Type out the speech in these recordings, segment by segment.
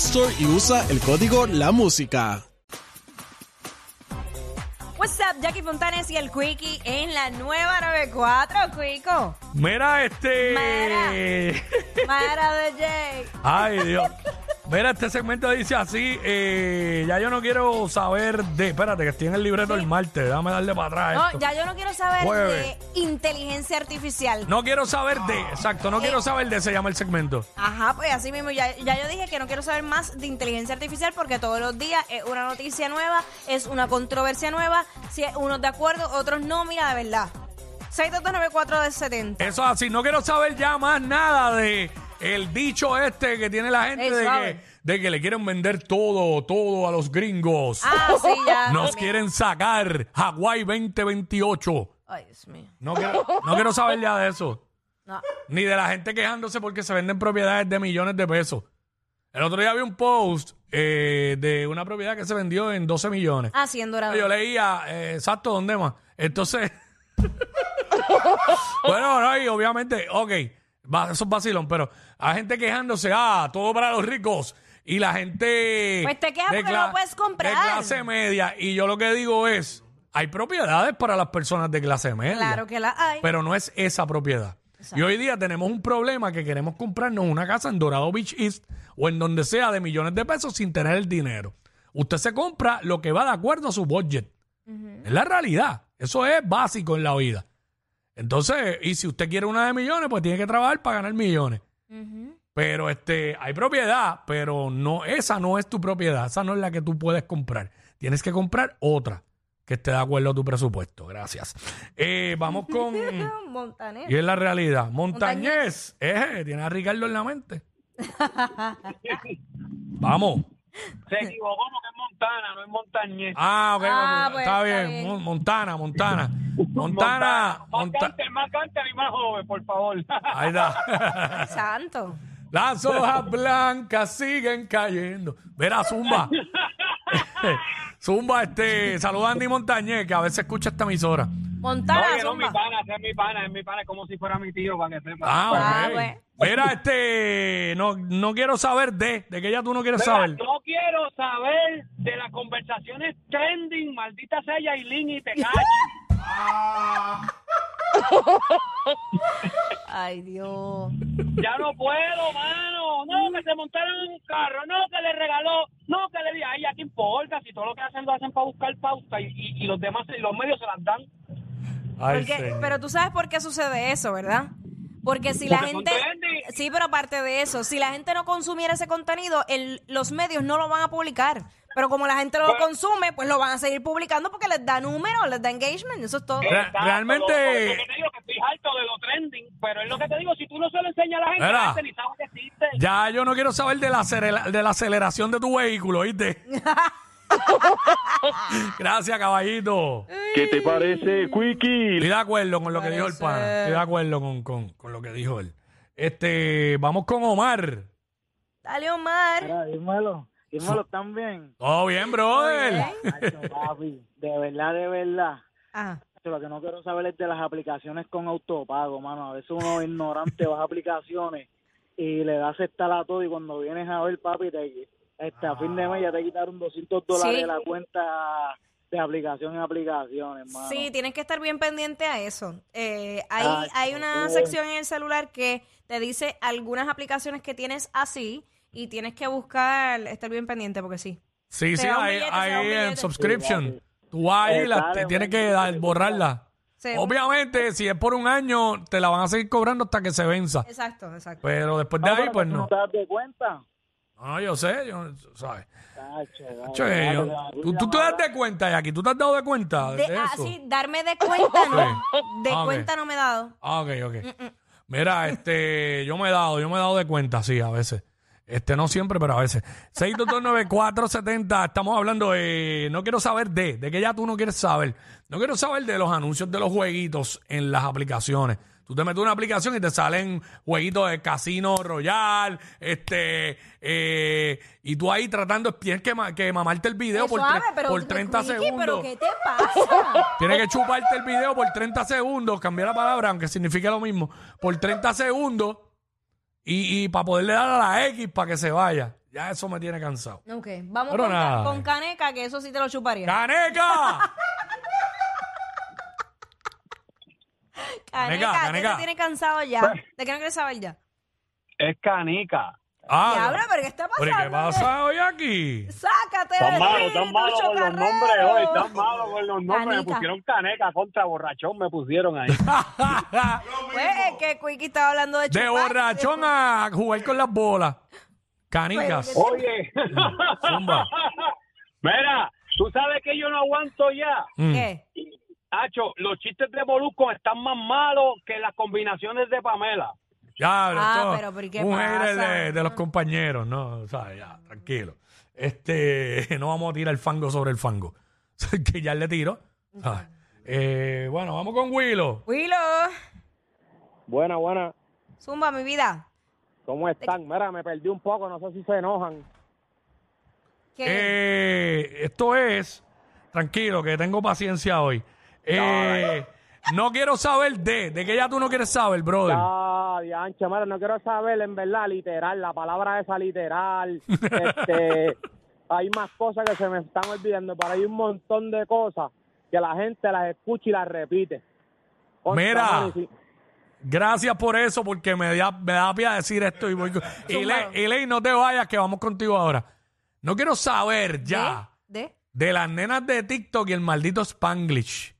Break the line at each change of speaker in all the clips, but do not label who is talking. Store y usa el código La Música.
What's up, Jackie Fontanes y el Quickie en la nueva 94, Quico.
Mira este.
Mira. Mara de Jake.
Ay, Dios. Mira, este segmento dice así. eh, ya yo no quiero saber de. Espérate, que estoy en el libreto del martes. Déjame darle para atrás.
No,
esto.
ya yo no quiero saber
Jueves.
de inteligencia artificial.
No quiero saber de. Exacto, no quiero saber de. Se llama el segmento.
Ajá, pues así mismo, ya, ya yo dije que no quiero saber más de inteligencia artificial porque todos los días es una noticia nueva, es una controversia nueva, si es unos de acuerdo, otros no, mira, de verdad. 6294 de 70.
Eso es así. No quiero saber ya más nada de. El dicho este que tiene la gente
Ey,
de
suave.
que, de que le quieren vender todo, todo a los gringos.
Ah, sí, ya.
Nos
también.
quieren sacar Hawái 2028.
Ay, Dios mío.
No quiero, no quiero saber ya de eso.
No.
Ni de la gente quejándose porque se venden propiedades de millones de pesos. El otro día vi un post eh, de una propiedad que se vendió en 12 millones.
Ah, sí, en Dorado.
Yo leía, eh, exacto, ¿dónde más? Entonces. bueno, no, y obviamente, ok, va- eso es vacilón, pero hay gente quejándose, ah, todo para los ricos. Y la gente.
Pues te quejas
de
porque
cla-
no puedes comprar.
De clase media. Y yo lo que digo es: hay propiedades para las personas de clase media
Claro que la hay.
pero no es esa propiedad. Y hoy día tenemos un problema que queremos comprarnos una casa en Dorado Beach East o en donde sea de millones de pesos sin tener el dinero. Usted se compra lo que va de acuerdo a su budget. Es la realidad. Eso es básico en la vida. Entonces, y si usted quiere una de millones, pues tiene que trabajar para ganar millones. Pero este, hay propiedad, pero no, esa no es tu propiedad, esa no es la que tú puedes comprar. Tienes que comprar otra que esté de acuerdo a tu presupuesto. Gracias. Eh, vamos con.
Montaner.
y es la realidad.
Montañés.
Montañés. Eh, tiene a Ricardo en la mente. vamos.
Se equivocó porque es Montana, no es Montañez.
Ah, ok.
Ah,
vamos.
pues,
está,
está
bien.
bien.
Mon- Montana, Montana. Montana.
Más
Monta-
cáncer, más cáncer y más joven, por favor.
Ahí está.
Ay, santo.
Las hojas blancas siguen cayendo. Verá, Zumba. Zumba, este, saluda a Andy Montañez, que a veces escucha esta emisora.
Montana,
Oye, no, mi
zumba.
pana, ese es mi pana, es mi pana, es como si fuera mi tío, para que sepa.
Ah,
Ah,
ok.
pues.
Mira, este, no, no quiero saber de, de que ya tú no quieres
Mira,
saber.
No quiero saber de las conversaciones trending, maldita sea Yailin y te calles.
Ay, Dios.
ya no puedo, mano. No, que se montaron en un carro, no, que le regaló, no, que le di. Ay, ya qué importa, si todo lo que hacen lo hacen para buscar pauta y, y- y los demás, y los medios se las dan.
Ay,
Porque-
señor.
pero tú sabes por qué sucede eso, ¿verdad? Porque si la
Porque son
gente...
trendy.
Sí, pero aparte de eso, si la gente no consumiera ese contenido, el- los medios no lo van a publicar. Pero como la gente lo
Bueno.
consume, pues lo van a seguir publicando porque les da número, les da engagement, eso es todo.
Re-
Exacto,
realmente-
por eso que te digo que estoy harto de lo trending, pero es lo que te digo, si tú no se lo enseñas a la gente,
Mira.
la gente ni sabe que existe.
Ya yo no quiero saber de la, acelera- de la aceleración de tu vehículo, ¿oíste? Gracias, caballito.
¿Qué te parece, Quickie?
Estoy de acuerdo con lo que dijo el
Parece.
pana. Estoy de acuerdo con, con, con lo que dijo él. Este, vamos con Omar.
Dale, Omar.
Mira, dímelo, dímelo también.
Todo bien, brother.
Nacho, papi, de verdad, de verdad.
Ajá.
Nacho, Lo que no quiero saber es de las aplicaciones con autopago, mano. A veces uno es ignorante baja aplicaciones y le da aceptar a todo y cuando vienes a ver, papi, te, este, a fin de mes ya te quitaron 200 dólares
Sí.
de la cuenta de aplicación en aplicación, hermano.
Sí, tienes que estar bien pendiente a eso. Eh, hay,
Ah,
hay una
sí.
sección en el celular que te dice algunas aplicaciones que tienes así y tienes que buscar, estar bien pendiente porque sí.
Sí,
Te
sí,
da un
ahí,
billete, te da un
ahí en
billete.
subscription. Tú vas ahí,
Eh,
la-
dale,
te tienes
bueno,
que
yo
dar-
te-
borrarla.
Se-
Obviamente, si es por un año, te la van a seguir cobrando hasta que se venza.
Exacto, exacto.
Pero después de
Ah,
ahí,
pero
pues
tú
no.
te das de cuenta?
No, yo sé, yo, ¿sabes?
Nacho, dale,
Che,
dale,
eh, yo-
dale,
¿tú, tú te das de cuenta, Jackie, tú te has dado de cuenta de,
De-
eso.
ah, sí, darme de cuenta, no.
Sí.
De
Ah, ok.
cuenta no me he dado. Mm,
Ah, ok, ok. Mira, este, yo me he dado, yo me he dado de cuenta, sí, a veces. Este no siempre, pero a veces. 6229470. Estamos hablando de. No quiero saber de. De que ya tú no quieres saber. No quiero saber de los anuncios de los jueguitos en las aplicaciones. Tú te metes en una aplicación y te salen jueguitos de Casino Royal. Este. eh, y tú ahí tratando. Tienes que, ma- que mamarte el video
Qué
por,
Pues suave,
tre-
pero
por
tú-
30
Quickie,
segundos.
¿Pero qué te pasa?
Tienes que chuparte el video por 30 segundos, cambiar la palabra, aunque signifique lo mismo, por 30 segundos y, para poderle dar a la X para que se vaya. Ya eso me tiene cansado.
ok, vamos
Pero
con, ca-
nada.
con Caneca, que eso sí te lo chuparía.
¡Caneca! Caneca,
Caneca, que
Caneca.
te tiene cansado ya.
Pues-
¿De qué no quieres saber ya?
Es canica.
Ah,
Ya, ahora, pero ¿qué está
pero ¿y ¿qué
pasando?
pasa hoy aquí?
Sácate
Están
de
malos,
aquí,
están malos
Trucho
con los
Carrero.
nombres hoy, están malos con los nombres. Me
Canica.
pusieron caneca contra borrachón, me pusieron ahí.
Pues es que Quickie estaba hablando de
De
chupar.
borrachón a jugar con las bolas. Canicas.
Oye,
Zumba.
mira, tú sabes que yo no aguanto ya.
Mm.
¿Qué?
Hacho, los chistes de Molusco están más malos que las combinaciones de Pamela.
Ya, pero
Ah,
esto-
pero, pero, ¿y qué
un
pasa?
aire de, de los compañeros, ¿no? O sea, ya, tranquilo. Este, no vamos a tirar el fango sobre el fango. que ya le tiro. Ah, eh, bueno, vamos con Willow.
Willow,
Buena, buena.
zumba mi vida.
¿Cómo están? Mira, me perdí un poco, no sé si se enojan.
¿Qué?
Eh, esto es, tranquilo, que tengo paciencia hoy. Eh, no quiero saber de, de que ya tú no quieres saber, brother.
Ah, dianche, mira, no quiero saber, en verdad, literal, la palabra esa literal. este, hay más cosas que se me están olvidando, pero hay un montón de cosas que la gente las escucha y las repite. Contra,
Mira.
mano, y si-
Gracias por eso, porque me da, me da pie a decir esto. Y voy con- Ile- Ile, no te vayas, que vamos contigo ahora. No quiero saber ya
¿De?
de las nenas de TikTok y el maldito Spanglish.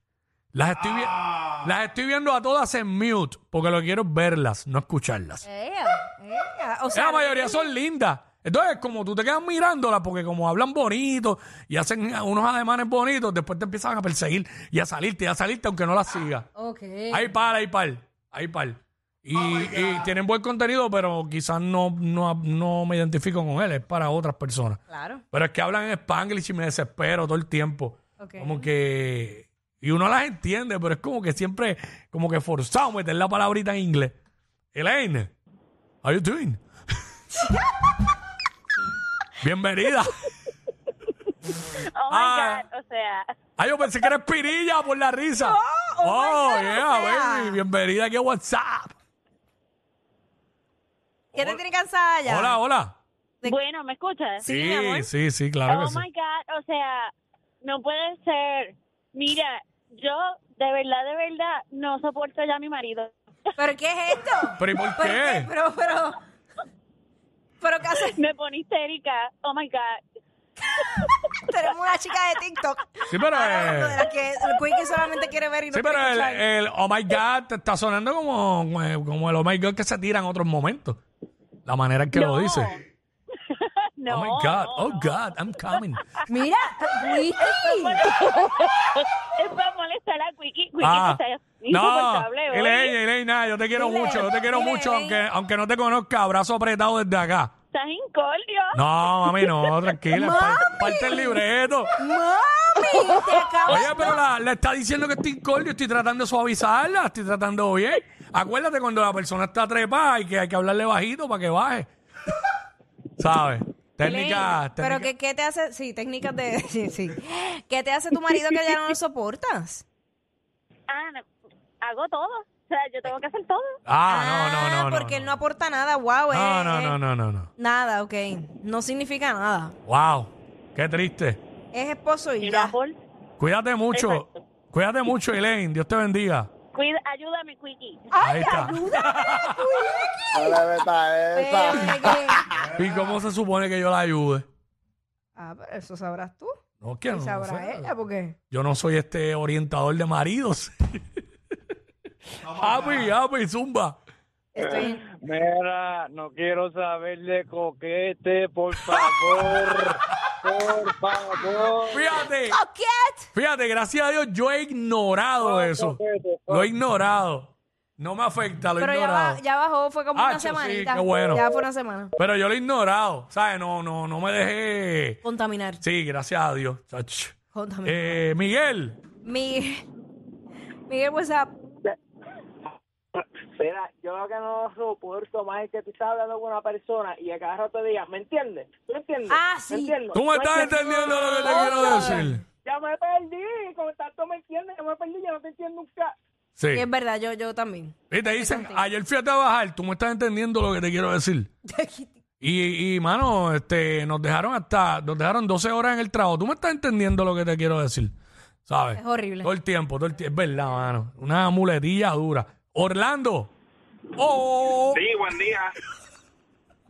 Las estoy, vi- las estoy viendo a todas en mute, porque lo que quiero es verlas, no escucharlas.
Ella, ella. O sea,
la mayoría son lindas. Entonces, como tú te quedas mirándolas, porque como hablan bonito y hacen unos ademanes bonitos, después te empiezan a perseguir y a salirte y a salirte, aunque no las sigas.
Ok.
Hay par, hay par, hay par. Y, y tienen buen contenido, pero quizás no, no, no me identifico con él, es para otras personas.
Claro.
Pero es que hablan en spanglish y me desespero todo el tiempo.
Ok.
Como que... Y uno las entiende, pero es como que siempre, como que forzado meter la palabrita en inglés. Elaine, how you doing? Bienvenida.
Oh my
Ah.
God, o sea,
Ay, yo pensé que eres pirilla por la risa.
oh my God,
yeah,
o sea.
baby. Bienvenida aquí a WhatsApp.
¿Qué te tiene cansada ya?
Hola, hola.
De-
bueno, ¿me escuchas?
Sí, mi amor.
sí, sí, claro
Oh
que
my
sí.
God, o sea, no puede ser. Mira, yo de verdad, de verdad, no soporto ya a mi marido.
¿Pero qué es esto?
¿Pero y por
¿Pero
qué?
Pero, pero... ¿Pero qué haces?
Me pone histérica. Oh my God.
Tenemos una chica de TikTok.
Sí, pero,
Hablando de
eh,
la que el Quickie solamente quiere ver y no
Sí, pero
quiere
el,
escuchar.
el oh my God te está sonando como, eh, como el oh my God que se tira en otros momentos. La manera en que lo
No.
dice.
No,
oh my God,
no,
oh
no.
God, I'm coming.
Mira, Quickie.
Es para molestar a Quickie. Quickie
Ah,
está
no,
insoportable hoy.
Elaine, Elaine, nada, yo te quiero
Dile,
mucho, yo te quiero
dile,
mucho, aunque,
Elaine.
aunque no te conozca, abrazo apretado desde acá.
Estás incordio.
No, mami, no, tranquila, es par-
Mami.
parte el libreto.
Mami, te acabo.
Oye, pero la, le está diciendo que estoy incordio, estoy tratando de suavizarla, estoy tratando bien. Acuérdate cuando la persona está trepada y que hay que hablarle bajito para que baje. ¿Sabes? Técnica,
Elaine,
técnica.
Pero ¿qué, qué te hace? Sí, técnicas de... Sí, sí. ¿Qué te hace tu marido que ya no lo soportas?
Ah, no, hago todo. O sea, yo tengo que hacer todo.
Ah, no, no, no. no,
Porque él no
no
aporta nada, wow.
No, no, no, no, no, no.
Nada, ok. No significa nada.
Wow, qué triste.
Es esposo
Pues
y
Y
ya.
no por-
Cuídate mucho.
Exacto.
Cuídate mucho, Elaine. Dios te bendiga.
Cuida, ayúdame, Quickie.
Ahí está.
Pero que-
¿Y cómo se supone que yo la ayude?
Ah, pero eso sabrás tú.
No, que no.
Y sabrá
sé.
ella, porque...
Yo no soy este orientador de maridos. Happy, happy, zumba.
Eh.
Estoy...
Mira, no quiero saber de coquete, por favor. por favor.
Fíjate,
¡Coquet!
fíjate, gracias a Dios yo he ignorado eso. Lo he ignorado. No me afecta, lo he
Pero ya,
ignorado.
ba- ya bajó, fue como
Ah,
una
cho, sí,
semanita.
qué bueno.
Ya fue una semana.
Pero yo lo he ignorado, ¿sabes? No, no, no me dejé.
Contaminar.
Sí, gracias a Dios. Ach.
Contaminar.
Eh, Miguel,
Mi... Miguel, WhatsApp.
Mira, yo lo que no soporto más es que tú estás hablando con una persona y a cada rato digas, ¿me entiendes? ¿Tú me entiendes?
Ah, sí.
¿Me entiendes?
tú me estás
entiendes?
entendiendo lo que te quiero decir.
Ya me perdí, como tanto me entiendes, ya me perdí, ya no te entiendo nunca.
Sí.
Es verdad, yo, yo también.
Y te dicen, ayer fui a trabajar, tú me estás entendiendo lo que te quiero decir. Y, y mano, este, nos dejaron hasta, nos dejaron 12 horas en el trabajo. Tú me estás entendiendo lo que te quiero decir. ¿Sabes?
Es horrible.
Todo el tiempo, todo el tiempo. Es verdad, mano. Una muletilla dura. Orlando. Oh.
Sí, buen día.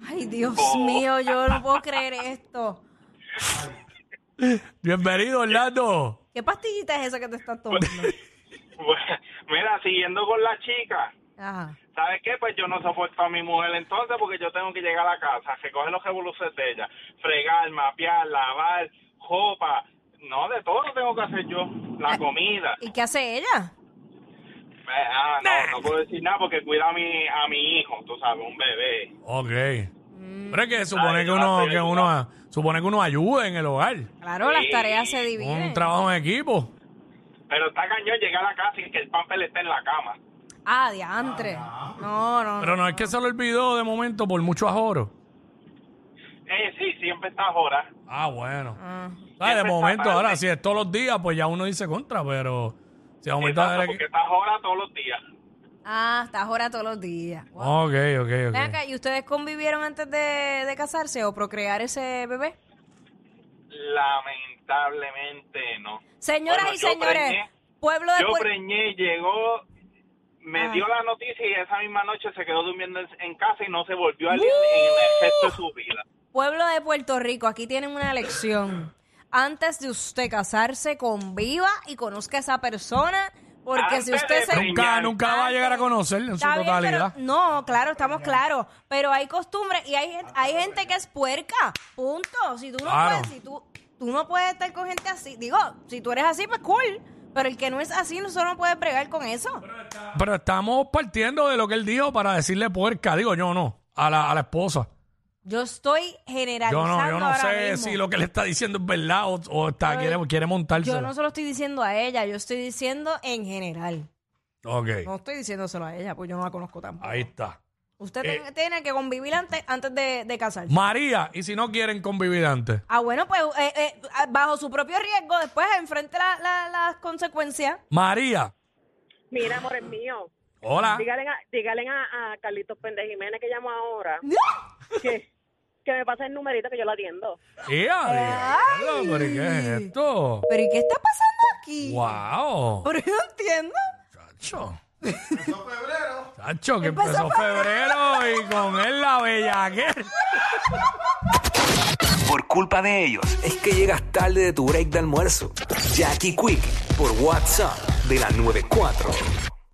Ay, Dios
Oh.
mío, yo no puedo creer esto.
Bienvenido, Orlando.
¿Qué pastillita es esa que te estás tomando?
Mira, siguiendo con la chica,
Ajá.
¿sabes qué? Pues yo no soporto a mi mujer entonces porque yo tengo que llegar a la casa, recoger los revoluciones de ella, fregar, mapear, lavar, ropa, no, de todo lo tengo que hacer yo, la comida.
Ah, ¿Y qué hace ella?
Eh, Ah, no, no puedo decir nada porque cuida a mi, a mi hijo, tú sabes, un bebé.
Ok.
Mm.
Pero es que supone
Ay,
que
no,
uno,
pero
que
yo-
uno, supone que uno ayude en el hogar.
Claro, las tareas se
Un
dividen.
trabajo en equipo.
Pero está cañón llegar a la casa y que el papel esté en la cama.
Ah, diantre. No, no,
Pero
no.
no es que se lo olvidó de momento por mucho ajoro.
Eh, sí, siempre está ahora.
Ah, bueno.
Ah.
Ah, de
Siempre
momento,
está
ahora,
tarde.
si es todos los días, pues ya uno dice contra, pero si aumenta
Exacto,
de
Eh, porque está ahora todos los días.
Ah, estás ahora todos los días. Wow.
Ok, ok, Oh, ok.
Ven acá, ¿y ustedes convivieron antes de, de casarse o procrear ese bebé?
Lamentablemente no.
Señoras
Bueno,
y
yo
señores,
preñé.
pueblo de
Yo
Puerto
preñé, llegó, me
Ah.
dio la noticia y esa misma noche se quedó durmiendo en, en casa y no se volvió a leer en el resto de su vida.
Pueblo de Puerto Rico, aquí tienen una lección. Antes de usted casarse, conviva y conozca a esa persona, porque si
Antes
usted
de
se...
preñar.
Nunca, nunca va a llegar a conocer en su
Está bien,
totalidad.
pero- no, claro, estamos claros, pero hay costumbres y hay, gen- hay gente que es puerca, punto. Si tú no
Claro.
puedes, si tú, tú no puedes estar con gente así, digo, si tú eres así, pues cool, pero el que no es así, nosotros no puede bregar con eso.
Pero, estamos partiendo de lo que él dijo para decirle puerca. Digo, yo no, a la, a la esposa.
Yo estoy generalizando
Yo no, yo no
ahora
sé
mismo.
si lo que le está diciendo es verdad o, o está, quiere, quiere montarse.
Yo no se lo estoy diciendo a ella, yo estoy diciendo en general.
Ok,
No estoy diciéndoselo a ella, pues yo no la conozco tampoco.
ahí está.
Usted
eh.
ten- tiene que convivir antes, antes de, de casarse.
María, ¿y si no quieren convivir antes?
Ah, bueno, pues eh, eh, bajo su propio riesgo, después enfrente la- la- las consecuencias.
María,
Mira, amores mío,
hola.
dígale a, dígale a, a Carlitos Pérez Jiménez que llamo ahora que, que me pase el numerito que yo lo atiendo.
Ea, diablo, pero ¿y qué es esto?
¿Pero y qué está pasando aquí?
¡Wow!
Pero yo no entiendo.
Chacho. Empezó febrero. Chacho, que
Empezó
empezó febrero y con él la bellaquera.
Por culpa de ellos, es que llegas tarde de tu break de almuerzo. Jackie Quick, por WhatsApp, de la 94.